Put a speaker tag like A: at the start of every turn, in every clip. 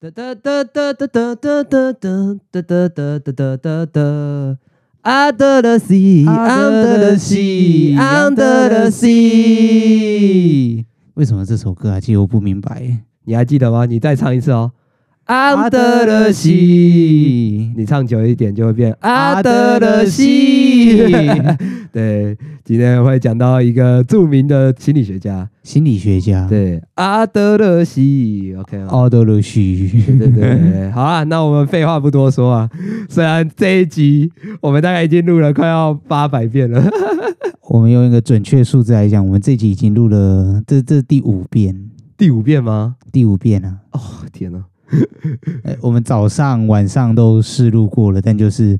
A: 哒哒哒哒哒哒哒哒哒哒哒哒哒哒哒。Under the sea, under the sea, under the sea。为什么这首歌还记得我不明白
B: 你还记得吗？你再唱一次哦，
A: ？Under the sea，
B: 你唱久一点就会变
A: under the sea。
B: 西。对，今天会讲到一个著名的心理学家，
A: 心理学家，
B: 对，阿德勒西。OK 哦。
A: ，under the sea。
B: 对对对对，好啊，那我们废话不多说啊。虽然这一集我们大概已经录了快要八百遍了，
A: 我们用一个准确数字来讲，我们这集已经录了，这这第五遍，
B: 第五遍吗？
A: 第五遍啊。
B: 哦天哪！
A: 呃我们早上、晚上都试录过了，但就是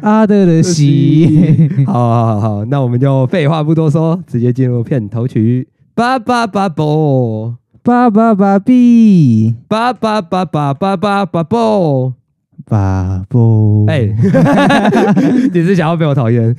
A: 阿德 勒西。
B: 好好好好，那我们就废话不多说，直接进入片头曲。巴巴巴啵，
A: 巴巴巴比
B: 巴巴巴巴巴巴巴啵。
A: 巴布，
B: 哎， 你是想要被我讨厌？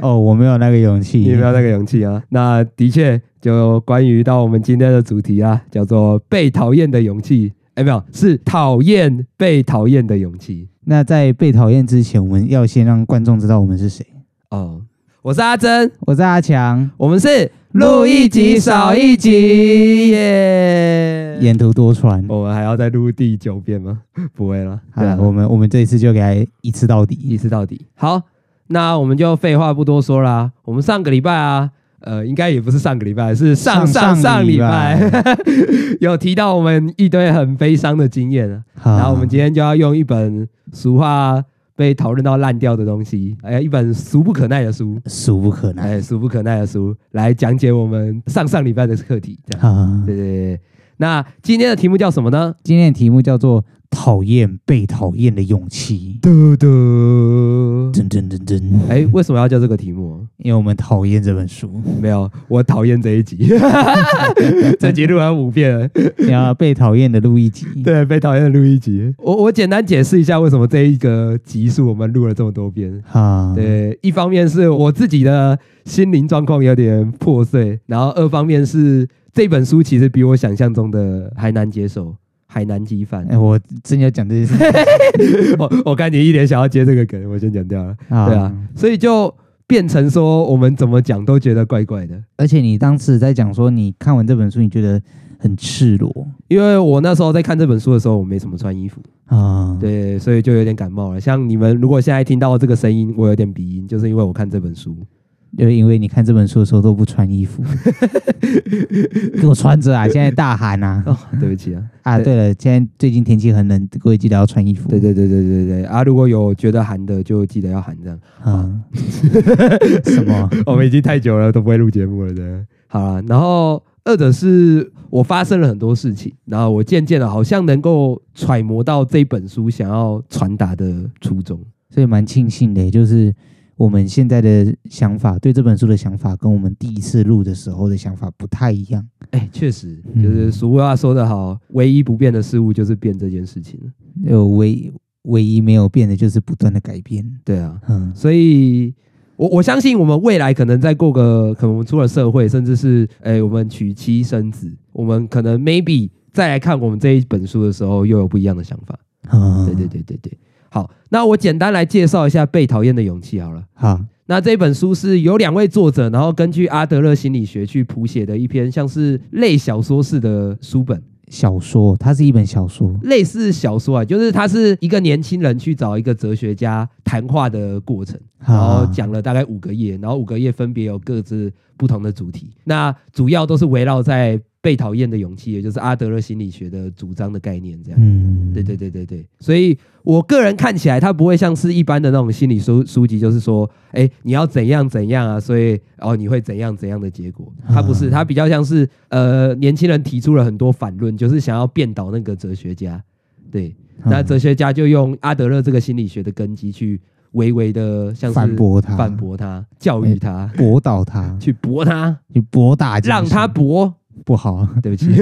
A: 哦，我没有那个勇气，
B: 你没有那个勇气啊？那的确，就关于到我们今天的主题啊，叫做被讨厌的勇气。哎，没有，是讨厌被讨厌的勇气。
A: 那在被讨厌之前，我们要先让观众知道我们是谁。
B: 哦，我是阿珍，
A: 我是阿强，
B: 我们是
A: 录一集少一
B: 集耶
A: 沿途多舛。
B: 我们还要再录第九遍吗？不会了，
A: 好
B: 对啊
A: 了，我们我们这一次就给他一次到
B: 一
A: 底。
B: 次到底。好，那我们就废话不多说啦。我们上个礼拜啊，呃，应该也不是上个礼拜，是上上
A: 上
B: 上礼
A: 上礼
B: 拜， 有提到我们一堆很悲伤的经验啊。
A: 好，
B: 然后我们今天就要用一本俗话被讨论到烂掉的东西，哎，一本俗不可耐的书，
A: 俗不可耐。
B: 哎，俗不可耐的书来讲解我们上上礼拜的课题。这样，
A: 好，
B: 对对对。对那今天的题目叫什么呢？
A: 今天的题目叫做“讨厌被讨厌的勇气
B: 嘟嘟”。。
A: 真真真真，
B: 哎，为什么要叫这个题目？
A: 因为我们讨厌这 本书。
B: 没有，我讨厌这一集，这集录完五遍了，
A: 然后被讨厌的录一集。
B: 对，被讨厌的录一集。我我简单解释一下为什么这一个集数我们录了这么多遍。
A: 哈，，
B: 对，一方面是我自己的心灵状况有点破碎，然后二方面是这本书其实比我想象中的还难接受，还难击翻。
A: 哎，我真要讲这件事
B: 哦我我看你一脸想要接这个梗，我先讲掉了。
A: 啊
B: 对啊，所以就变成说我们怎么讲都觉得怪怪的。
A: 而且你当时在讲说，你看完这本书，你觉得很赤裸
B: 因为我那时候在看这本书的时候，我没什么穿衣服，
A: 啊，，
B: 对，所以就有点感冒了。像你们如果现在听到这个声音，我有点鼻音，就是因为我看这本书。
A: 就是因为你看这本书的时候都不穿 衣服，给我穿着啊！现在大寒啊
B: 哦， 对不起啊。
A: 啊！
B: 对
A: 对了，现在最近天气很冷，各位记得要穿衣服。
B: 对对对对对对啊！如果有觉得寒的，就记得要寒这样。
A: 啊，什么？
B: 我们已经太久了都不会录节目了的。好啦，然后二者是我发生了很多事情，然后我渐渐的好像能够揣摩到这本书想要传达的初衷。
A: 所以蛮庆幸的，就是我们现在的想法，对这本书的想法，跟我们第一次录的时候的想法不太一样。
B: 哎，确实，就是俗话说得好，唯一不变的事物就是变这件事情。
A: 有唯唯一没有变的就是不断的改变。
B: 对啊，
A: 嗯，
B: 所以我我相信我们未来可能再过个，可能我们出了社会，甚至是诶、我们娶妻生子，我们可能 maybe 再来看我们这一本书的时候，又有不一样的想法。
A: 啊
B: 对对，对对对，好，那我简单来介绍一下《被讨厌的勇气》好了。
A: 好，
B: 那这本书是有两位作者，然后根据阿德勒心理学去谱写的一篇像是类小说式的书本，
A: 小说，它是一本小说。
B: 类似小说啊，就是它是一个年轻人去找一个哲学家谈话的过程。然后
A: 啊，
B: 哦讲了大概五个页，然后五个页分别有各自不同的主题，那主要都是围绕在被讨厌的勇气，也就是阿德勒心理学的主张的概念这样。
A: 嗯，
B: 对对对对对，所以我个人看起来，它不会像是一般的那种心理书书籍，就是说，哎，你要怎样怎样啊，所以哦你会怎样怎样的结果。
A: 嗯
B: 它不是，它比较像是呃年轻人提出了很多反论，就是想要辩倒那个哲学家。对，
A: 嗯，
B: 那哲学家就用阿德勒这个心理学的根基去微微的像是
A: 反驳
B: 啊
A: 他，
B: 反驳他、教育他、
A: 驳倒他，
B: 去驳他，
A: 去驳打，
B: 让他，驳，
A: 不好，
B: 对不起，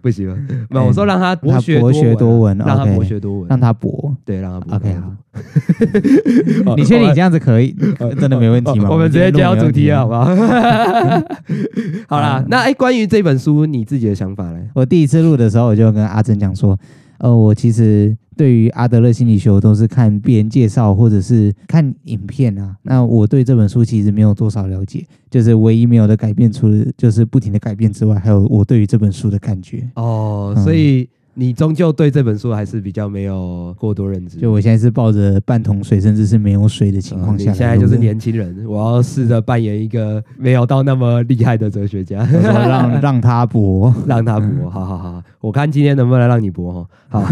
B: 不行吗？没有，
A: 哎
B: 我说让他博学
A: 博学多
B: 闻
A: 闻
B: 啊，让他
A: OK
B: 博学多闻，
A: 让他博。
B: 对，让他博学
A: OK，
B: 多闻
A: 好。你确定你这样子可以，真的没问题吗？
B: 哦我们直接
A: 今
B: 接
A: 天
B: 到
A: 录没
B: 主
A: 问
B: 题啊，好
A: 吗
B: 不好？ 好啦，那哎、关于这本书，你自己的想法嘞？
A: 我第一次录的时候，我就跟阿珍讲说，呃，我其实对于阿德勒心理学，我都是看别人介绍或者是看影片啊。那我对这本书其实没有多少了解，就是唯一没有的改变，除了就是不停的改变之外，还有我对于这本书的感觉。
B: 哦，
A: 嗯
B: 所以你终究对这本书还是比较没有过多认知。嗯
A: 就我现在是抱着半桶水，甚至是没有水的情况
B: 呃你
A: 下来录的、
B: 现在就是年轻人，我要试着扮演一个没有到那么厉害的哲学 家，
A: 我说让让他博，
B: 让他
A: 嗯
B: 博。好好好，我看今天能不能让你博哈。 好，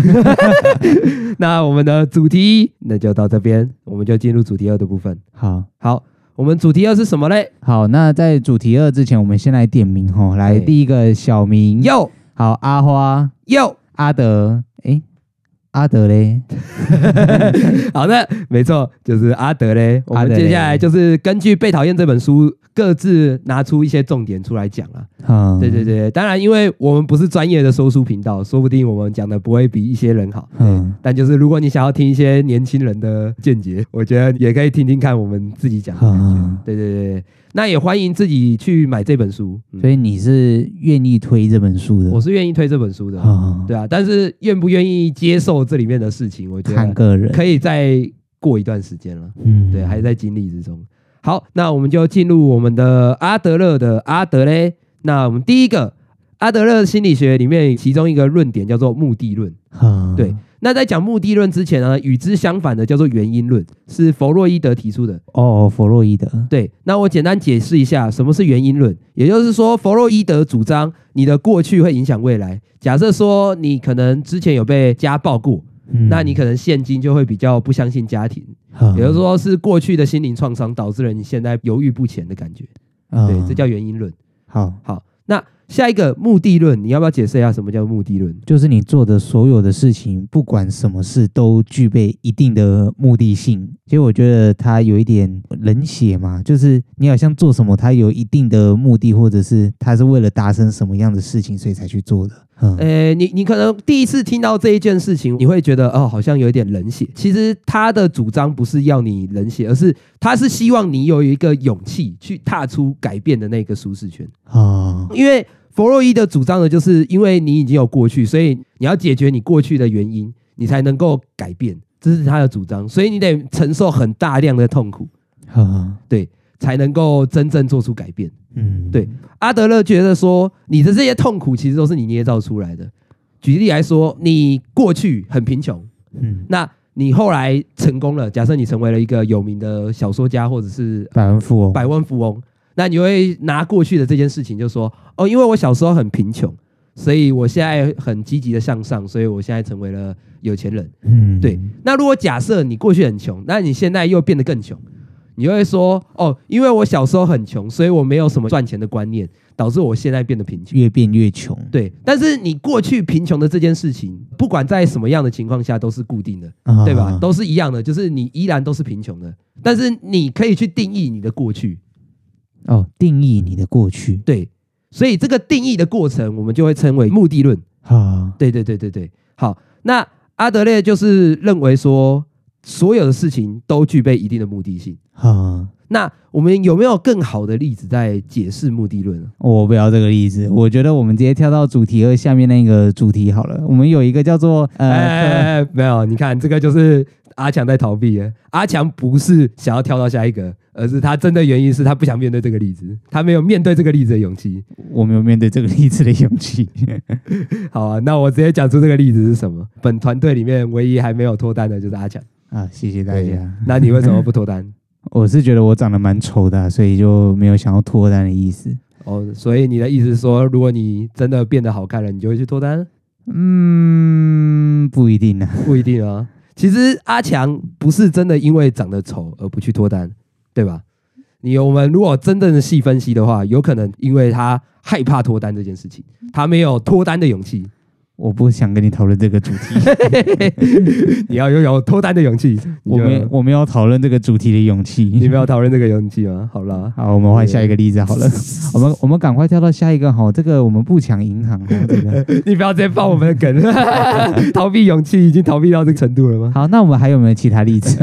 B: 那我们的主题一那就到这边，我们就进入主题二的部分。
A: 好。
B: 好，我们主题二是什么嘞？
A: 好，那在主题二之前，我们先来点名吼，来
B: 哎
A: 第一个小明，
B: 哟
A: 好阿花，
B: 哟。
A: 阿德，诶，阿德嘞，
B: 好的，没错，就是阿德嘞。我
A: 阿
B: 们
A: 德嘞
B: 接下来就是根据《被讨厌》这本书，各自拿出一些重点出来讲啊。
A: 嗯，
B: 对对，对，当然，因为我们不是专业的说书频道，说不定我们讲的不会比一些人好。
A: 嗯，
B: 但就是如果你想要听一些年轻人的见解，我觉得也可以听听看我们自己讲的感
A: 嗯
B: 觉。对对对对，那也欢迎自己去买这本书。嗯
A: 所以你是愿意推这本书的，
B: 我是愿意推这本书的，
A: 啊，
B: 对啊，但是愿不愿意接受这里面的事情，我觉
A: 看
B: 得
A: 个人，
B: 可以再过一段时间了。
A: 嗯
B: 对，还在经历之中。好，那我们就进入我们的阿德勒的阿德嘞。那我们第一个阿德勒心理学里面其中一个论点叫做目的论。
A: 啊
B: 对，那在讲目的论之前呢，与之相反的叫做原因论，是弗洛伊德提出的。
A: 哦，弗洛伊德，
B: 对，那我简单解释一下什么是原因论，也就是说，弗洛伊德主张你的过去会影响未来。假设说你可能之前有被家暴过，
A: 嗯
B: 那你可能现今就会比较不相信家庭，
A: 啊
B: 也就是说是过去的心灵创伤导致了你现在犹豫不前的感觉。
A: 啊
B: 对，这叫原因论。
A: 好，
B: 好，那下一个目的论，你要不要解释一下什么叫目的论？
A: 就是你做的所有的事情，不管什么事，都具备一定的目的性。其实我觉得它有一点冷血嘛，就是你好像做什么，它有一定的目的，或者是它是为了达成什么样的事情，所以才去做的。嗯，
B: 呃，你你可能第一次听到这一件事情，你会觉得哦，好像有一点冷血。其实他的主张不是要你冷血，而是他是希望你有一个勇气去踏出改变的那个舒适圈。
A: 啊，
B: 因为弗洛伊德主张的就是，因为你已经有过去，所以你要解决你过去的原因，你才能够改变，这是他的主张。所以你得承受很大量的痛苦，
A: 啊，
B: 才能够真正做出改变。
A: 嗯，
B: 对，阿德勒觉得说，你的这些痛苦其实都是你捏造出来的。举例来说，你过去很贫穷，
A: 嗯，
B: 那你后来成功了，假设你成为了一个有名的小说家或者是
A: 百万富翁，
B: 百万富翁，那你会拿过去的这件事情就说，哦，因为我小时候很贫穷，所以我现在很积极的向上，所以我现在成为了有钱人。
A: 嗯，
B: 对，那如果假设你过去很穷，那你现在又变得更穷，你就会说，哦，因为我小时候很穷，所以我没有什么赚钱的观念，导致我现在变得贫穷。
A: 越变越穷，
B: 对，但是你过去贫穷的这件事情，不管在什么样的情况下都是固定的，
A: 啊
B: 对吧？都是一样的，就是你依然都是贫穷的，但是你可以去定义你的过去。
A: 哦，定义你的过去
B: 对，所以这个定义的过程，我们就会称为目的论。
A: 啊，
B: 对对对对对，好，那阿德勒就是认为说，所有的事情都具备一定的目的性。
A: 啊，
B: 那我们有没有更好的例子在解释目的论呢？
A: 哦我不要这个例子，我觉得我们直接跳到主题二下面那个主题好了。我们有一个叫做
B: 哎、
A: 呃，
B: 哎哎 没有，你看这个就是阿强在逃避耶。阿强不是想要跳到下一个，而是他真的原因是他不想面对这个例子，他没有面对这个例子的勇气。
A: 我没有面对这个 例子的勇 气。
B: 好啊，那我直接讲出这个例子是什么。本团队里面唯一还没有脱单的就是阿强。
A: 啊，谢谢大
B: 对
A: 家。
B: 那你为什么不脱单？
A: 我是觉得我长得蛮丑的啊、所以就没有想要脱单的意思。
B: 哦，所以你的意思是说，如果你真的变得好看了，你就会去脱 单？
A: 嗯，不一定啊。
B: 不一定啊。其实阿强不是真的因为长得丑而不去脱单，对吧？你我们如果真正的细分析的话，有可能因为他害怕脱单这件事情，他没有脱单的勇气。
A: 我不想跟你讨论这个主题，
B: 你要拥有脱单的勇气。 你
A: 我
B: 就
A: 没我没有讨论这个主题的勇
B: 你
A: 气。
B: 不要讨论这个勇气吗？好啦，
A: 好，我们换下一个例子好了。 我们我们赶快跳到下一个哈，这个我们不抢银行哈，这个。
B: 你不要再放我们的 梗， 逃避勇气已经逃避到这个程度了吗？
A: 好，那我们还有没有其他例 子？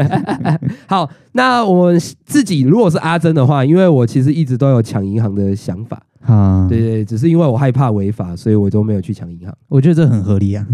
B: 好，那我们自己如果是阿珍的话，因为我其实一直都有抢银行的想法，
A: 啊，
B: 对，对，只是因为我害怕违法，所以我都没有去抢银行。
A: 我觉得这很合理啊，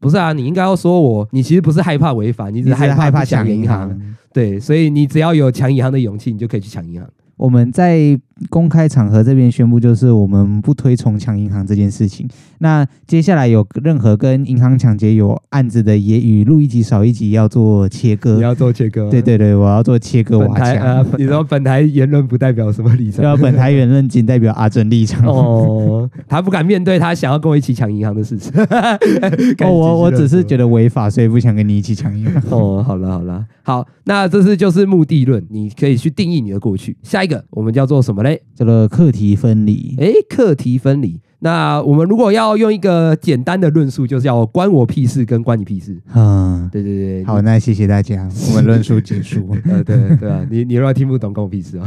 B: 不是啊，你应该要说我，你其实不是害怕违法，你只
A: 你
B: 是
A: 是
B: 害
A: 害怕
B: 不抢
A: 抢银
B: 行。
A: 行。
B: 对，所以你只要有抢银行的勇气，你就可以去抢银行。
A: 我们在公开场合这边宣布，就是我们不推崇抢银行这件事情。那接下来有任何跟银行抢劫有案子的，也与录一集少一集要做切
B: 你
A: 割。
B: 要做切割吗，
A: 呃对对对，我要做切割
B: 本
A: 瓦
B: 台
A: 墙。
B: 呃，你说本台言论不代表什么立场。
A: 要本台原认仅代表阿正立场。哦，
B: 哦，他不敢面对他想要跟我一起抢银行的事情。 感觉
A: 哦我我只是觉
B: 得。
A: 得违法，所以不想跟你一起抢银行。
B: 哦，好了好了，好，那这是就是目的论，你可以去定义你的过去。下一个我们叫做什么嘞？
A: 叫做课题 分离。
B: 诶，课题分离。那我们如果要用一个简单的论述，就是要关我屁事跟关你屁事。
A: 嗯，
B: 对对对，
A: 好，那谢谢大家，我们论述
B: 。
A: 结束
B: 呃，对对啊，你你如果听不懂，关我屁事啊，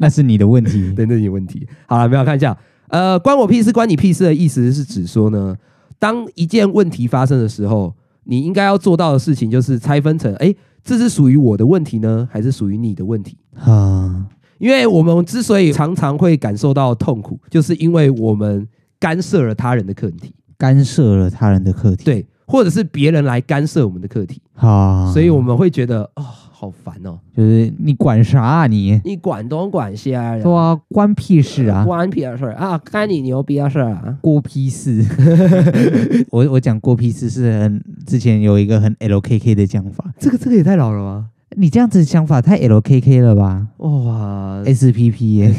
A: 那是你的问题。
B: 对，那是你的问题。好了，没有看一下，呃，关我屁事，关你屁事的意思是指说呢，当一件问题发生的时候，你应该要做到的事情就是拆分成，诶，这是属于我的问题呢，还是属于你的问题？
A: 啊，
B: 因为我们之所以常常会感受到痛苦，就是因为我们干涉了他人的课题，
A: 干涉了他人的课题。，
B: 对，或者是别人来干涉我们的课题，
A: 好，
B: 所以我们会觉得哦，好烦哦，
A: 啊就是你管啥啊你？
B: 你管东管西啊，
A: 对啊，关屁事啊，
B: 关屁事儿啊，干你牛逼的事儿啊。
A: 郭屁 事。我我讲郭屁事是很之前有一个很 LKK 的讲法，
B: 这个这个也太老了吧？
A: 你这样子想法太 LKK 了吧
B: 哇，哎
A: ？SPP 耶，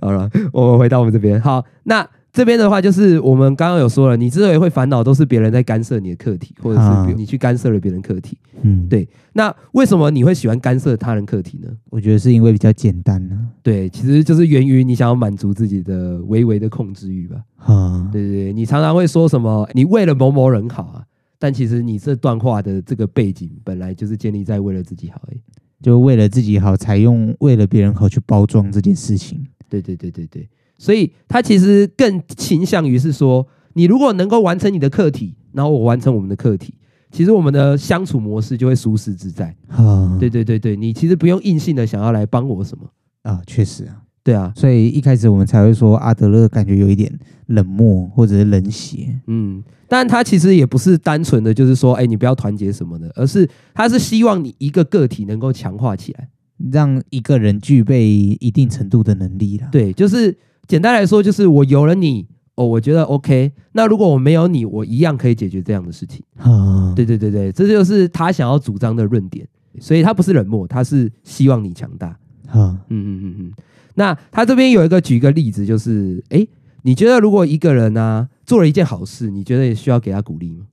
B: 好了，我们回到我们这边。好，那这边的话就是我们刚刚有说了，你之所以会烦恼，都是别人在干涉你的课题，或者是
A: 啊
B: 别你去干涉了别人课题。
A: 嗯，
B: 对那为什么你会喜欢干涉他人课题呢？
A: 我觉得是因为比较简单啊呢。
B: 对，其实就是源于你想要满足自己的微微的控制欲吧。
A: 啊，
B: 对对对，你常常会说什么“你为了某某人好啊”，但其实你这段话的这个背景本来就是建立在为了自己好而已。
A: 就为了自己好，才用为了别人好去包装这件事情。
B: 对对对对对，所以他其实更倾向于是说，你如果能够完成你的课题，然后我完成我们的课题，其实我们的相处模式就会舒适自在。
A: 啊，
B: 对对对对，你其实不用硬性的想要来帮我什么。
A: 啊，确实啊。
B: 对啊，
A: 所以一开始我们才会说阿德勒感觉有一点冷漠或者是冷血，
B: 嗯，但他其实也不是单纯的就是说，哎、你不要团结什么的，而是他是希望你一个个体能够强化起来。
A: 让一个人具备一定程度的能力啦。，
B: 对，就是简单来说，就是我有了你，哦，我觉得 OK。那如果我没有你，我一样可以解决这样的事情。
A: 啊，
B: 对对对对，这就是他想要主张的论点。所以他不是冷漠，他是希望你强大。
A: 啊，
B: 嗯嗯嗯嗯。那他这边有一个举一个例子，就是，哎、你觉得如果一个人呢、做了一件好事，你觉得也需要给他鼓励吗？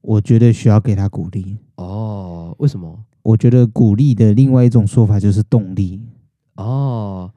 A: 我觉得需要给他鼓励。
B: 哦，为什么？
A: 我觉得鼓励的另外一种说法就是动力。
B: 哦，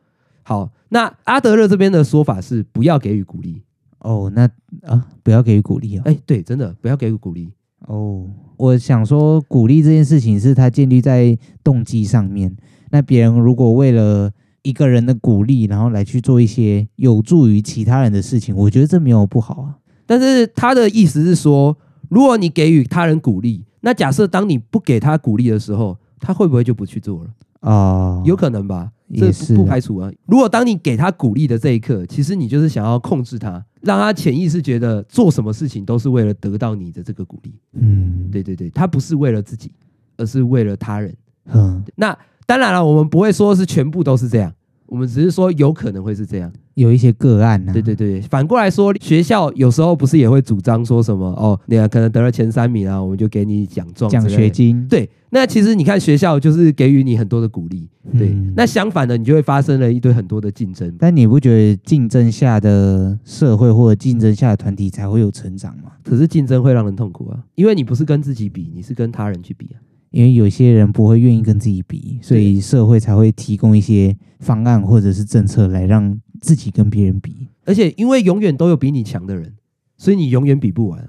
B: 好，那阿德勒这边的说法是不要给予鼓励。
A: 哦，那啊，不要给予鼓励啊、
B: 哎，对，真的不要给予鼓励。
A: 哦，我想说，鼓励这件事情是它建立在动机上面。那别人如果为了一个人的鼓励，然后来去做一些有助于其他人的事情，我觉得这没有不好啊。
B: 但是他的意思是说，如果你给予他人鼓励，那假设当你不给他鼓励的时候，他会不会就不去做了？
A: 哦，
B: 有可能吧，
A: 也
B: 这不
A: 是
B: 不
A: 啊
B: 排除啊。如果当你给他鼓励的这一刻，其实你就是想要控制他，让他潜意识觉得做什么事情都是为了得到你的这个鼓励。
A: 嗯，
B: 对对对，他不是为了自己，而是为了他人。
A: 嗯，
B: 那当然了，我们不会说是全部都是这样，我们只是说有可能会是这样。
A: 有一些个案呐、啊，
B: 对对对，反过来说，学校有时候不是也会主张说什么哦，你啊可能得了前三名啊，我们就给你奖状、
A: 奖学。金，
B: 对，那其实你看学校就是给予你很多的鼓励，对。
A: 嗯
B: 那相反的，你就会发生了一堆很多的竞争。
A: 但你不觉得竞争下的社会或者竞争下的团体才会有成长吗？
B: 可是竞争会让人痛苦啊，因为你不是跟自己比，你是跟他人去比啊。
A: 因为有些人不会愿意跟自己比，所以社会才会提供一些方案或者是政策来让自己跟别人比。
B: 而且因为永远都有比你强的人，所以你永远比不完。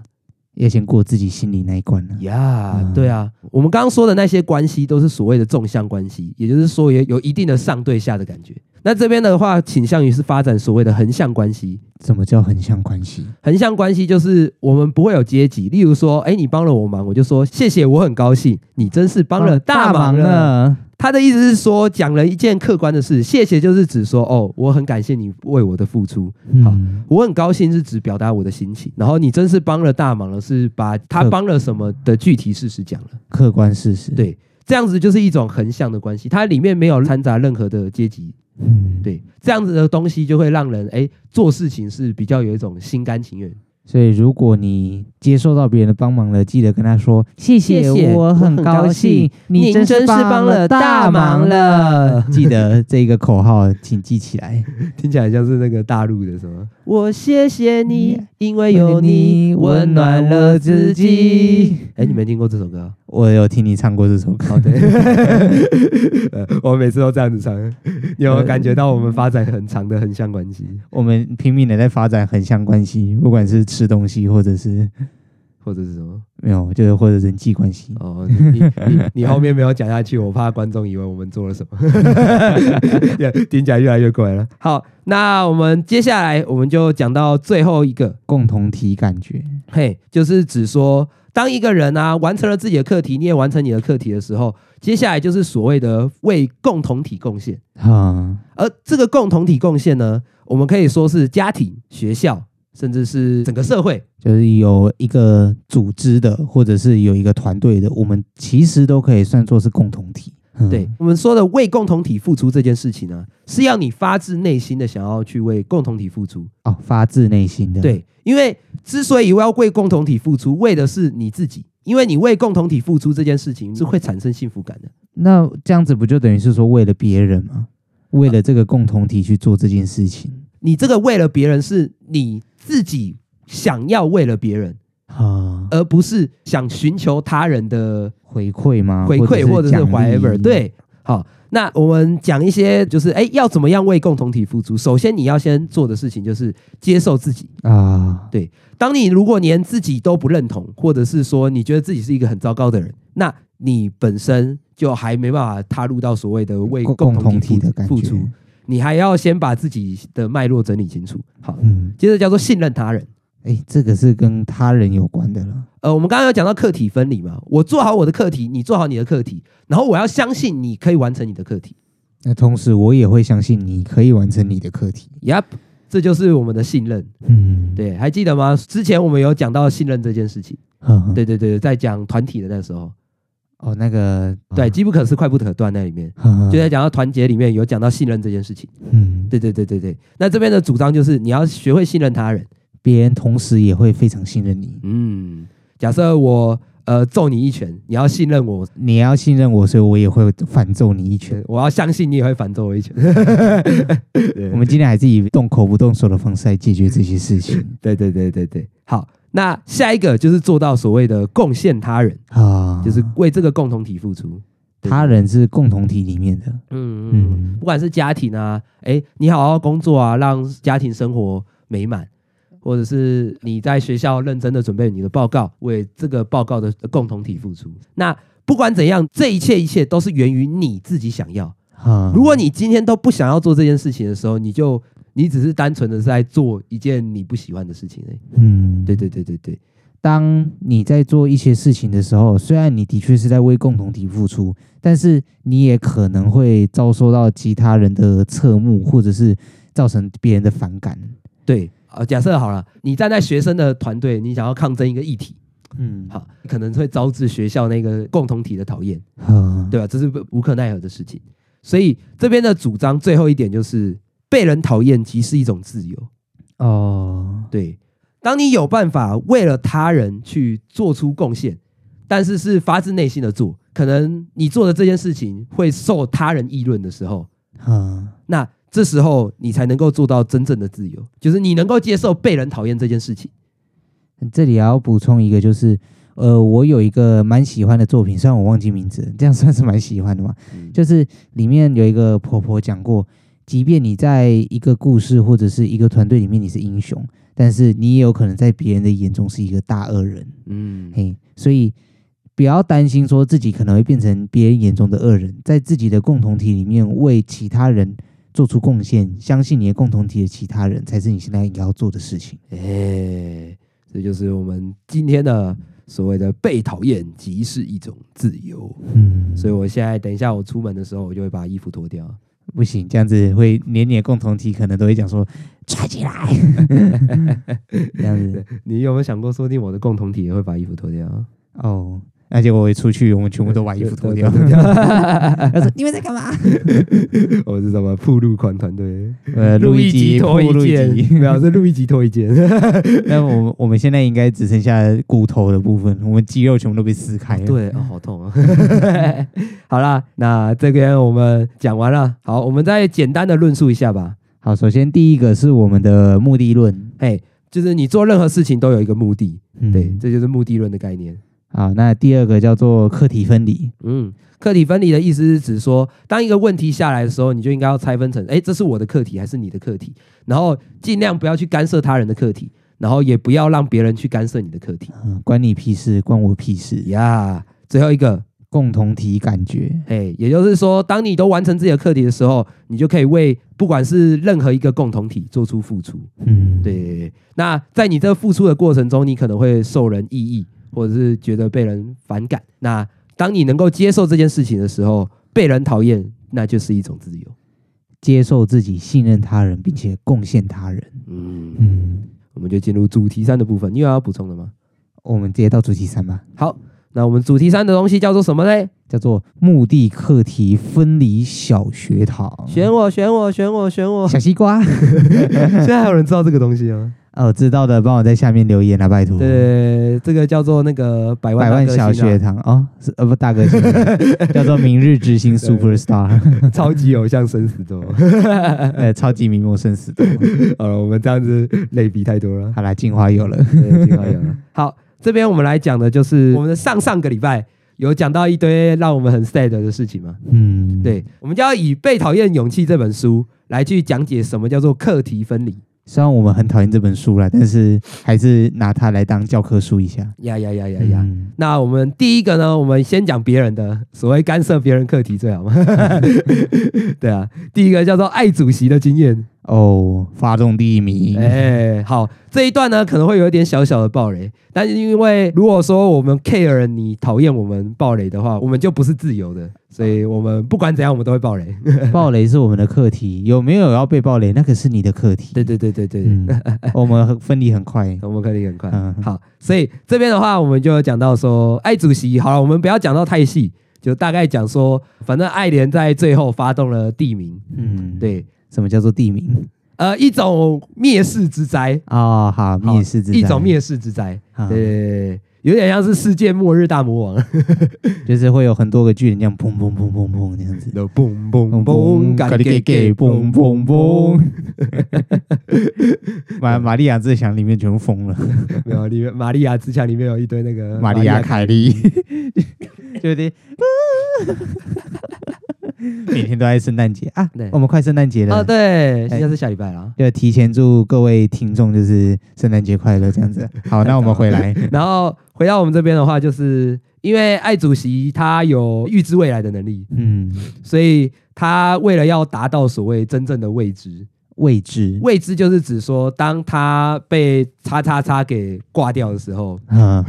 A: 要先过自己心里那一关了。
B: 呀、
A: 嗯
B: 对啊，我们刚刚说的那些关系都是所谓的纵向关系，也就是说也有一定的上对下的感觉。那这边的话，倾向于是发展所谓的横向关系。
A: 什么叫横向关系？
B: 横向关系就是我们不会有阶级，例如说，哎，你帮了我忙，我就说谢谢，我很高兴，你真是帮了哦大忙了。
A: 呢？
B: 他的意思是说，讲了一件客观的事，谢谢就是指说，哦，我很感谢你为我的付出，好
A: 嗯
B: 我很高兴是指表达我的心情。然后你真是帮了大忙了，是把他
A: 客
B: 帮了什么的具体事实讲了。
A: 客观事实。
B: 对，这样子就是一种横向的关系，它里面没有掺杂任何的阶级。
A: 嗯，
B: 对，这样子的东西就会让人哎、做事情是比较有一种心甘情愿。
A: 所以如果你接受到别人的帮忙了，记得跟他说谢
B: 谢谢
A: 我很高兴，你
C: 您
A: 是
C: 真是帮了大忙
A: 了。 记得这个口号，请记起来。
B: 听起来像是那个大陆的什么？我谢谢你，因为有
A: 因为
B: 你
A: 你
B: 温暖了自己。哎、你没听过这首歌啊、
A: 我有听你唱过这首歌，
B: 对， 呃我每次都这样子唱，你有没有感觉到我们发展很长的横向关系，
A: 我们拼命的在发展横向关系，不管是吃东西或者是
B: 或者是什么？
A: 没有，就是或者人际关系。
B: 哦，你你你你后面没有讲下去，我怕观众以为我们做了什么，听起来越来越怪了。好，那我们接下来我们就讲到最后一个，
A: 共同体感觉，
B: 嘿，就是指说，当一个人啊完成了自己的课题，你也完成你的课题的时候，接下来就是所谓的为共同体贡献。
A: 哈，
B: 而这个共同体贡献呢，我们可以说是家庭、学校，甚至是整个社会。
A: 就是有一个组织的，或者是有一个团队的，我们其实都可以算作是共同体。嗯
B: 对，我们说的为共同体付出这件事情呢、是要你发自内心的想要去为共同体付出。
A: 哦，发自内心的，，
B: 对，因为之所以我要为共同体付出，为的是你自己，因为你为共同体付出这件事情是会产生幸福感的。
A: 那这样子不就等于是说为了别人吗？为了这个共同体去做这件事情
B: 你这个为了别人，是你自己想要为了别人，
A: 啊，
B: 而不是想寻求他人的
A: 回馈吗？
B: 回馈啊或者是
A: 奖励
B: whatever。，对，好，那我们讲一些就是哎，要怎么样为共同体付出？首先你要先做的事情就是接受自己。
A: 啊，
B: 当你如果连自己都不认同，或者是说你觉得自己是一个很糟糕的人，那你本身就还没办法踏入到所谓的为
A: 共
B: 共
A: 同
B: 同体
A: 体
B: 付
A: 的感觉
B: 付出，你还要先把自己的脉络整理清楚。好，
A: 嗯，
B: 接着叫做信任他人。
A: 哎，这个是跟他人有关的了，
B: 呃，我们刚刚有讲到课题分离嘛，我做好我的课题，你做好你的课题，然后我要相信你可以完成你的课题。
A: 那同时我也会相信你可以完成你的课题，
B: Yep，这就是我们的信任。
A: 嗯，
B: 对，还记得吗？之前我们有讲到信任这件事情。
A: 呵，
B: 对对对，在讲团体的那时候，
A: 哦，那个，
B: 对，机不可失，快不可断那里面。
A: 呵呵
B: 就在讲到团结里面有讲到信任这件事情。
A: 嗯，
B: 对对对对对，那这边的主张就是你要学会信任他人。
A: 别人同时也会非常信任你。
B: 嗯，假设我呃揍你一拳，你要信任我，
A: 你要信任我，所以我也会反揍你一拳。
B: 呃我要相信你也会反揍我一拳。
A: 我们今天还是以动口不动手的方式来解决这些事情
B: 对对对对对，好。那下一个就是做到所谓的贡献他人，
A: 啊，
B: 就是为这个共同体付出。
A: 他人是共同体里面的，
B: 嗯嗯，
A: 嗯，
B: 不管是家庭啊，哎，你好好工作啊，让家庭生活美满，或者是你在学校认真的准备你的报告，为这个报告的共同体付出。那不管怎样，这一切一切都是源于你自己想要。
A: 啊，
B: 如果你今天都不想要做这件事情的时候，你就你只是单纯的在做一件你不喜欢的事情而已。
A: 嗯，
B: 对对对对对，
A: 当你在做一些事情的时候，虽然你的确是在为共同体付出，但是你也可能会遭受到其他人的侧目，或者是造成别人的反感。
B: 对，呃，假设好了，你站在学生的团队，你想要抗争一个议题，
A: 嗯，
B: 好，可能会招致学校那个共同体的讨厌。
A: 啊，
B: 对吧、这是不无可奈何的事情。所以这边的主张最后一点就是，被人讨厌即是一种自由。
A: 哦，
B: 对，当你有办法为了他人去做出贡献，但是是发自内心的做，可能你做的这件事情会受他人议论的时候，
A: 啊，
B: 那这时候你才能够做到真正的自由，就是你能够接受被人讨厌这件事情。
A: 这里还要补充一个，就是呃，我有一个蛮喜欢的作品，虽然我忘记名字了，这样算是蛮喜欢的嘛。
B: 嗯
A: 就是里面有一个婆婆讲过，即便你在一个故事或者是一个团队里面你是英雄，但是你也有可能在别人的眼中是一个大恶人。
B: 嗯，
A: 嘿，所以不要担心说自己可能会变成别人眼中的恶人，在自己的共同体里面为其他人做出贡献，相信你的共同体的其他人才是你现在应该要做的事情。
B: 哎、这就是我们今天的所谓的被讨厌即是一种自由。
A: 嗯，
B: 所以我现在等一下我出门的时候，我就会把衣服脱掉。
A: 不行，这样子会连你的共同体可能都会讲说拽起来， 这样子
B: 你有没有想过，说不定我的共同体也会把衣服脱掉？
A: 哦。那结果我一出去，我们全部都把衣服脱掉。 他说：“你们在干嘛
B: 我是什么铺路款团 队？？”
A: 呃， 录一集，
B: 脱
A: 录
B: 一
A: 一集
B: 件，。没有是录一集脱一 件。
A: 那我们我们现在应该只剩下骨头的部分，我们肌肉全部都被撕开了。
B: 对，哦，好痛啊！ 好啦，那这边我们讲完了，好，我们再简单的论述一下吧。
A: 好，首先第一个是我们的目的论，
B: 嘿，就是你做任何事情都有一个目的，
A: 嗯
B: 对，这就是目的论的概念。
A: 好，那第二个叫做课题分离，
B: 嗯，课题分离的意思是指说，当一个问题下来的时候，你就应该要拆分成，哎，这是我的课题还是你的课题？然后尽量不要去干涉他人的课题，然后也不要让别人去干涉你的课题。
A: 嗯，关你屁事，关我屁事，
B: 呀、最后一个，
A: 共同体感觉，
B: 哎，也就是说，当你都完成自己的课题的时候，你就可以为不管是任何一个共同体做出付出。
A: 嗯，
B: 对，对对那在你这付出的过程中，你可能会受人异议，或者是觉得被人反感。那当你能够接受这件事情的时候，被人讨厌，那就是一种自由。
A: 接受自己，信任他人，并且贡献他人，
B: 嗯，
A: 嗯，
B: 我们就进入主题三的部分，你有要补充的吗？
A: 我们直接到主题三吧，
B: 好，那我们主题三的东西叫做什么嘞？
A: 叫做目的课题分离小学堂，
B: 选我，选我，选我，选 我！
A: 小西瓜，
B: 现在还有人知道这个东西吗？
A: 哦，知道的帮我在下面留言啊，拜托，
B: 对，这个叫做那个百万
A: 百万
B: 大歌
A: 小
B: 星啊
A: 学堂哦，是呃不大哥星， 叫做明日之星 Super Star，
B: 超级偶像生死斗。
A: 呃，超级名模生死斗。
B: 好了，我们这样子类比太多了。
A: 好啦，进化有了，
B: 对挺好有的 好，嗯这边我们来讲的就是我们的上上个礼拜有讲到一堆让我们很 sad 的事情嘛。
A: 嗯，，
B: 对，我们就要以《被讨厌勇气》这本书来去讲解什么叫做课题分离。
A: 虽然我们很讨厌这本书啦，但是还是拿它来当教科书一下。
B: 呀呀呀呀
A: 哎呀
B: 呀！，嗯那我们第一个呢，我们先讲别人的，所谓干涉别人课题最好 嘛。对啊，第一个叫做爱主席的经验。
A: 哦，发动第一名，
B: 哎、好，这一段呢可能会有一点小小的暴雷，但是因为如果说我们 care 你讨厌我们暴雷的话，我们就不是自由的，所以我们不管怎样我们都会暴 雷。
A: 暴雷是我们的课题，有没有要被暴雷，那可是你的课题。
B: 对对对对对，
A: 嗯， 我们很分离很快。
B: 我们可以很快。
A: 嗯
B: 好，所以这边的话我们就讲到说，艾主席，好了，我们不要讲到太细，就大概讲说，反正爱莲在最后发动了地名，
A: 嗯，，
B: 对，
A: 什么叫做地名？
B: 呃，一种蔑视之灾，
A: 哦，好，蔑视之
B: 一种
A: 灾
B: 蔑视之灾，
A: 啊
B: 对对对对有点像是世界末日大魔王。
A: 就是会有很多个巨人这样砰砰砰砰砰这样子。
B: 的嘣嘣嘣，
A: 嘣嘣，
B: 嘎
A: 嘎
B: 哩
A: 哩
B: 给
A: 给给，
B: 给
A: 嘣
B: 嘣
A: 嘣
B: 嘣
A: 嘣
B: 嘣。。
A: 玛玛利亚自强里面全部疯了，
B: 没有，里面玛利亚之墙里面有一堆那个
A: 嗯玛利亚凯莉， 就有点，啊每天都在圣诞节啊
B: 对，
A: 我们快圣诞节
B: 啊，
A: 了。
B: 对，
A: 哎
B: 现在是下礼拜了。
A: 就提前祝各位听众就是圣诞节快乐这样子。好，那我们回 来，
B: 然后回到我们这边的话，就是因为艾主席他有预知未来的能力，
A: 嗯，
B: 所以他为了要达到所谓真正的未知，
A: 未知，
B: 未知就是指说，当他被叉叉叉给挂掉的时候，
A: 啊，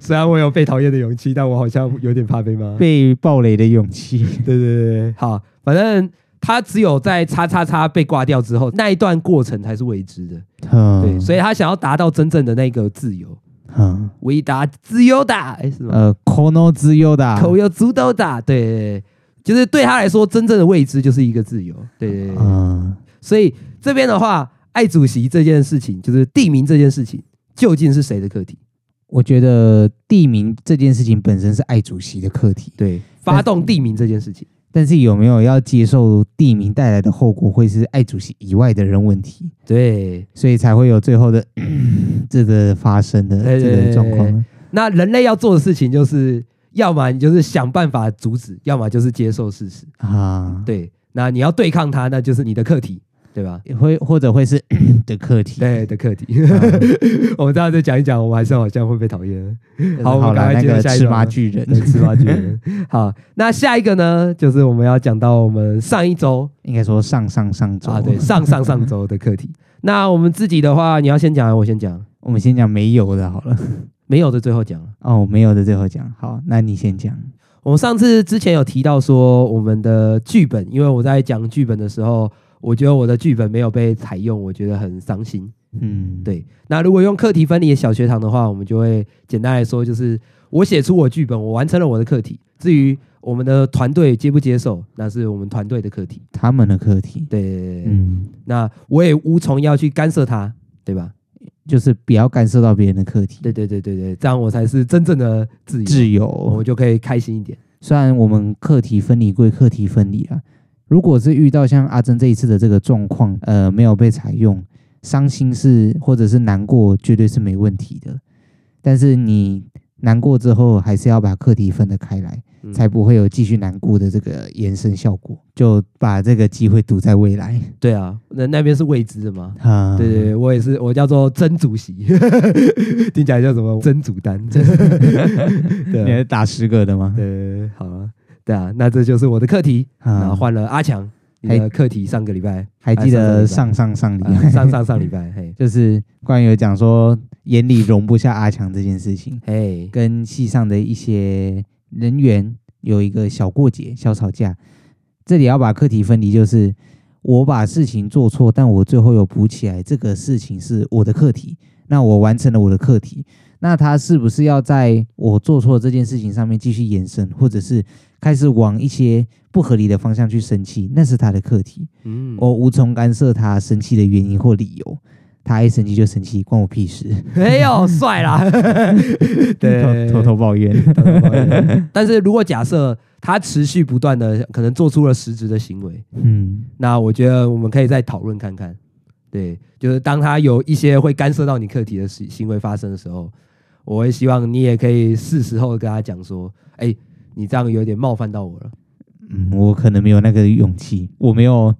B: 虽然我有被讨厌的勇气，但我好像有点怕被骂。
A: 被暴雷的勇 气，
B: 对对对对，好，反正他只有在叉叉叉被挂掉之后，那一段过程才是未知的。对，
A: 嗯，
B: 所以他想要达到真正的那个自由，
A: 嗯，
B: 维达自由达，哎，是吗？
A: 呃，Kono 之优的啊，
B: 口有足斗达，对对对，就是对他来说，真正的未知就是一个自由。对对对，
A: 嗯，
B: 所以这边的话，爱主席这件事情，就是地名这件事情，究竟是谁的课题？
A: 我觉得地名这件事情本身是爱主席的课题，
B: 对，发动地名这件事情，
A: 但是有没有要接受地名带来的后果，会是爱主席以外的人问题，
B: 对。
A: 所以才会有最后的 这个发生的
B: 对
A: 这个状
B: 对
A: 况。
B: 那人类要做的事情就是，要么你就是想办法阻止，要么就是接受事实。
A: 啊，
B: 对，那你要对抗它，那就是你的课题。对 吧？
A: 会或者会是 的课题。
B: 对的课题， 我们这样再讲一讲，我们还是好像会被讨 厌。好我们
A: 好
B: 赶快
A: 了，那
B: 进入
A: 个
B: 下一
A: 吃
B: 段
A: 麻
B: 吧
A: 巨人
B: 能吃吗？巨人。好，那下一个呢，就是我们要讲到我们上一周
A: 应该说上上上周
B: 啊，对，上上上周的课题。那我们自己的话，你要先讲，还是我先讲，
A: 我们先讲没有的好了。
B: 没有的最后讲。
A: 哦，没有的最后讲。好，那你先讲。
B: 我上次之前有提到说我们的剧本，因为我在讲剧本的时候，我觉得我的剧本没有被采用，我觉得很伤心。
A: 嗯，
B: 对，那如果用课题分离的小学堂的话，我们就会简单来说，就是我写出我剧本，我完成了我的课题。至于我们的团队接不接受，那是我们团队的课题。
A: 他们的课题，
B: 对对对对对
A: 嗯，
B: 那我也无从要去干涉他，对吧？
A: 就是不要干涉到别人的课题。
B: 对对对对对，这样我才是真正的自由，
A: 自
B: 我
A: 由
B: 们，就可以开心一点。
A: 虽然我们课题分离归课题分离啊，如果是遇到像阿珍这一次的这个状况，呃，没有被采用，伤心是或者是难过，绝对是没问题的。但是你难过之后，还是要把课题分得开来，
B: 嗯
A: 才不会有继续难过的这个延伸效果。就把这个机会赌在未来。
B: 对啊，那那边是未知的嘛。
A: 啊，
B: 对对，对，我也是，我叫做曾主席， 听起来叫什么曾祖丹。 啊对
A: 你
B: 啊
A: 是打十个的吗？
B: 对，好啊，对啊，那这就是我的课题。然后
A: 啊，
B: 换了阿强，你的课题上个礼拜，
A: 还记得
B: 上
A: 上上 上礼
B: 呃
A: 拜，
B: 上上上礼 拜，嘿，
A: 就是关于有讲说眼里容不下阿强这件事情。
B: 嘿，
A: 跟系上的一些人员有一个小过节、小吵架。这里要把课题分离，就是我把事情做错，但我最后有补起来，这个事情是我的课题。那我完成了我的课题，那他是不是要在我做错这件事情上面继续延伸，或者是开始往一些不合理的方向去生气？那是他的课题，
B: 嗯，
A: 我无从干涉他生气的原因或理由。他爱生气就生气，关我屁事。
B: 没有哎帅 啦， 对，
A: 偷偷偷抱怨。
B: 偷偷抱怨但是如果假设他持续不断的可能做出了实质的行为，
A: 嗯，
B: 那我觉得我们可以再讨论看看。对，就是当他有一些会干涉到你课题的行行为发生的时候，我会希望你也可以是时候跟他讲说，哎，你这样有点冒犯到我了。
A: 嗯，我可能没有那个勇气，我没有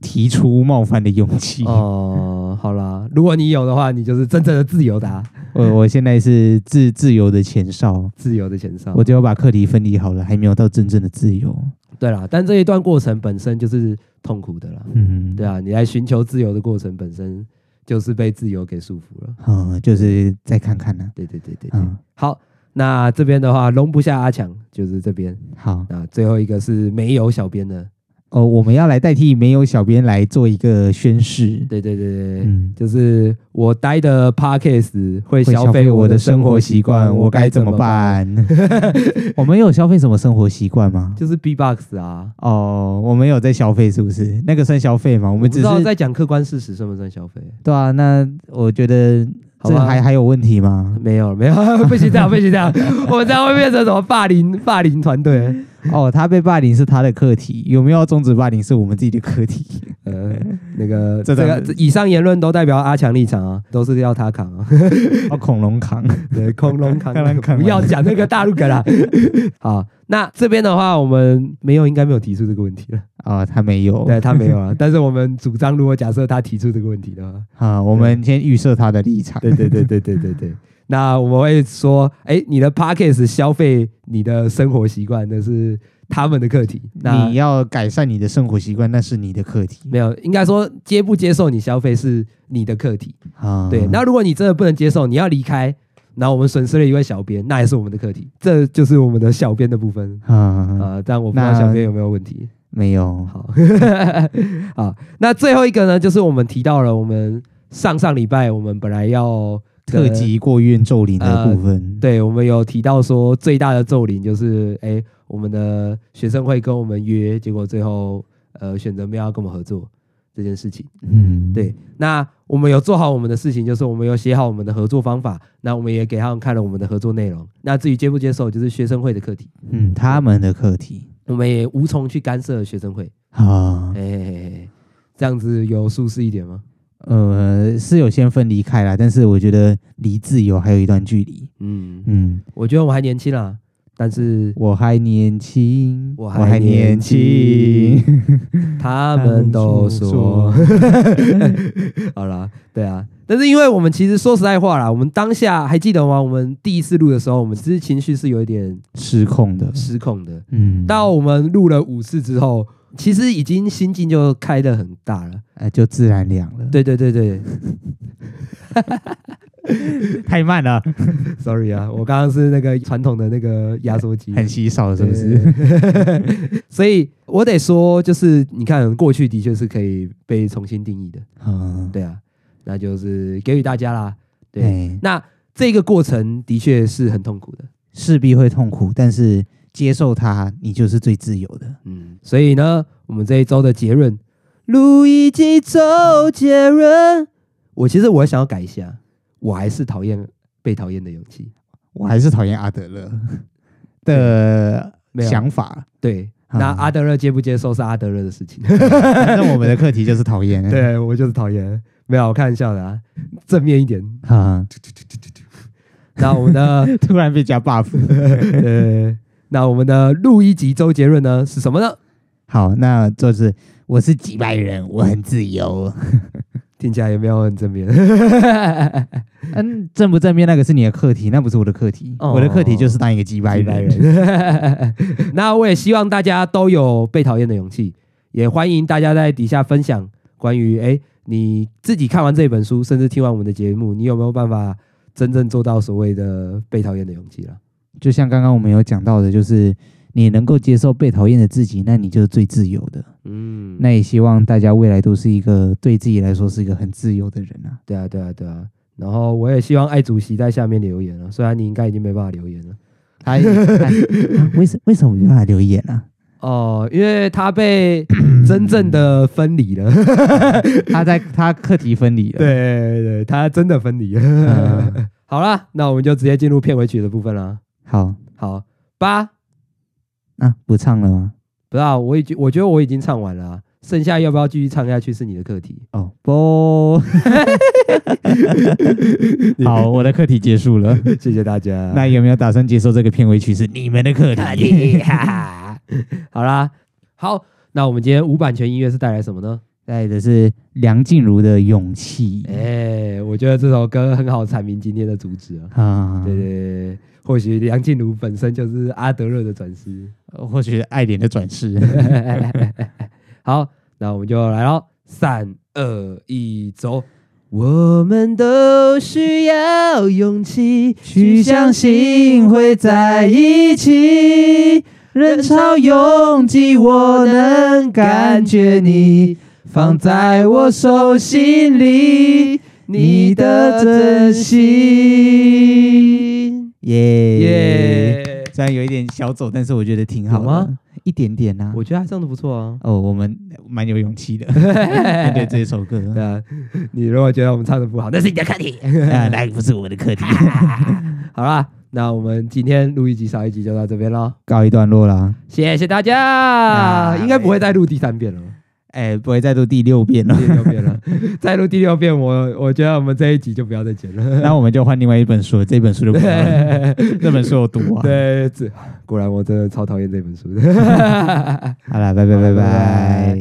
A: 提出冒犯的勇气。
B: 哦，好啦， 如果你有的话，你就是真正的自由达，
A: 我我现在是自自由的前哨，
B: 自由的前哨。
A: 我只有把课题分离好了，还没有到真正的自由。
B: 对啦，但这一段过程本身就是痛苦的啦。
A: 嗯，
B: 对啊，你来寻求自由的过程本身就是被自由给束缚了。
A: 嗯，就是再看看呢、
B: 对对对对对。
A: 嗯，
B: 好，那这边的话容不下阿强，就是这边。
A: 好，
B: 那最后一个是没有小编的，
A: 哦，我们要来代替没有小编来做一个宣誓。
B: 对对对对对。
A: 嗯，
B: 就是我待的 podcast 会
A: 会
B: 消
A: 消费
B: 费
A: 我
B: 我
A: 的
B: 的
A: 生
B: 生
A: 活
B: 活
A: 习
B: 习
A: 惯，
B: 惯，
A: 我该怎么
B: 么办？
A: 办？ 我们有消费什么生活习惯吗？
B: 就是 B box 啊，
A: 哦，我们有在消费，是不是？那个算消费吗？我
B: 我
A: 们
B: 不
A: 只
B: 知道
A: 是
B: 在讲客观事实算不算消费？
A: 对啊，那我觉得
B: 好
A: 这
B: 吧
A: 还还有问题 吗？
B: 没有没有，不行这样不行这样， 我们这样会变成什么霸凌霸凌团队？
A: 哦，他被霸凌是他的课题，有没有要终止霸凌是我们自己的课题。
B: 呃，那个
A: 这
B: 这
A: 当
B: 个
A: 然
B: 这以上言论都代表阿强立场啊，都是要他扛 啊。
A: 哦，恐龙扛，
B: 对，空龙扛
A: 当 然，扛
B: 不要讲那个大陆梗啦。 好，那这边的话，我们没有应该没有提出这个问 题了，
A: 哦，他没有。
B: 对他没有啊。但是我们主张，如果假设他提出这个问题的话，
A: 啊，我们先预设他的立场。
B: 对对对对对对对。 那我们会说，哎，你的 p a c k a g e 消费你的生活习惯，那是他们的课题。那
A: 你要改善你的生活习惯，那是你的课题
B: 没有，应该说接不接受你消费是你的课题。
A: 啊。
B: 对，那如果你真的不能接受，你要离开，然后我们损失了一位小编，那也是我们的课题，这就是我们的小编的部分。
A: 啊，
B: 啊、但我不知道
A: 那
B: 小编有没有问题。
A: 没有。
B: 好， 好，那最后一个呢，就是我们提到了我们上上礼拜我们本来要
A: 特
B: 跟，
A: 级过怨咒灵的部分，
B: 对我们有提到说最大的咒灵就是，哎、我们的学生会跟我们约，结果最后呃选择没有要跟我们合作这件事情。
A: 嗯，
B: 对，那我们有做好我们的事情，就是我们有写好我们的合作方法，那我们也给他们看了我们的合作内容。那至于接不接受，就是学生会的课题，
A: 嗯，他们的课题
B: 我们也无从去干涉学生会。
A: 啊
B: 哎、，嘿嘿嘿这样子有舒适一点吗？
A: 呃，是有先分离开啦，但是我觉得离自由还有一段距离。
B: 嗯，
A: 嗯，
B: 我觉得我还年轻啦，但是
A: 我还年轻，
B: 我还年轻
A: 年轻。
B: 他们都说， 好啦，对啊，但是因为我们其实说实在话啦，我们当下还记得吗？我们第一次录的时候，我们其实情绪是有一点
A: 失控的，
B: 失控的。
A: 嗯，
B: 到我们录了五次之后，其实已经心境就开得很大了。
A: 哎就自然凉了，
B: 对对对对
A: 太慢了，
B: ，sorry 啊，我刚刚是那个传统的那个压缩机，
A: 很稀少是不是？
B: 是？ 所以我得说，就是你看，过去的确是可以被重新定义的，
A: 嗯，
B: 对啊，那就是给予大家啦。对，
A: 哎
B: 那这个过程的确是很痛苦的，
A: 势必会痛苦，但是接受它，你就是最自由的。
B: 嗯，所以呢，我们这一周的结论，路一起走，结论。我其实我想要改一下，我还是讨厌被讨厌的勇气，
A: 我还是讨厌阿德 勒的
B: 没有
A: 想法，
B: 对。
A: 啊
B: 那阿德勒接不接受是阿德勒的 事情，
A: 反正我们的课题就是讨厌。，
B: 对我就是讨厌，没有，我开玩笑的啊，正面一点。
A: 啊，
B: 那我们的
A: 突然被加 buff。
B: 呃，那我们的录一集周杰伦呢是什么呢？
A: 好，那就是我是几百人，我很自由。
B: 听起来有没有很正 面？
A: 嗯，正不正面那个是你的课题，那不是我的课题。
B: 哦
A: 我的课题就是当一个几百
B: 明白
A: 人。
B: 人。 那我也希望大家都有被讨厌的勇气，也欢迎大家在底下分享关于哎你自己看完这本书，甚至听完我们的节目，你有没有办法真正做到所谓的被讨厌的勇气了？
A: 就像刚刚我们有讲到的，就是你能够接受被讨厌的自己，那你就是最自由的。
B: 嗯，
A: 那也希望大家未来都是一个对自己来说是一个很自由的人啊。
B: 对啊，对啊，对啊。然后我也希望艾主席在下面留言了，啊虽然你应该已经没办法留言了
A: 他 为什为什么没办法留言啊？
B: 哦，因为他被真正的分离了。
A: 他在他课题分离 了。
B: 对对，他真的分离了。
A: 嗯
B: 好啦，那我们就直接进入片尾曲的部分啦。
A: 好，
B: 好，八
A: 啊，不唱了吗？
B: 不知道，我已经我觉得我已经唱完了啊、剩下要不要继续唱下去是你的课题。
A: 哦，不，好，我的课题结 束了。
B: 谢谢大家。
A: 那有没有打算接受这个片尾曲是你们的课
B: 课
A: 题？
B: 题，哈哈。 好啦，好，那我们今天无版权音乐是带来什么呢？
A: 带的是梁静茹的《勇气
B: 哎、》我觉得这首歌很好阐明今天的主旨啊。
A: 啊，
B: 对对对，或许梁静茹本身就是阿德勒的转世。
A: 呃或许爱莲的转世。
B: 好，那我们就来喽，三二一，走。我们都需要勇气，去相信会在一起。人潮拥挤，我能感觉你，放在我手心里，你的真心。
A: 耶
B: 耶、！
A: 虽然有一点小走，但是我觉得挺好的
B: 有吗？
A: 一点点啊。
B: 我觉得他唱的不错啊。
A: 哦，我们蛮有勇 气的，面对这首歌。
B: 对啊，你如果觉得我们唱的不好，那是你的课题。
A: 啊，那不是我的课题，
B: 好啦，那我们今天录一集少一集就到这边喽，
A: 告一段落啦。
B: 谢谢大家。啊应该不会再录第三 遍了，
A: 哎，不会再录第六遍了，
B: 第六遍了，再录第六遍，我我觉得我们这一集就不要再剪 了。
A: 那我们就换另外一本书了，这本书就不要了。 这本书有毒 啊！，
B: 对，这果然我真的超讨厌这本书的。
A: 好了，拜拜拜
B: 拜拜
A: 拜。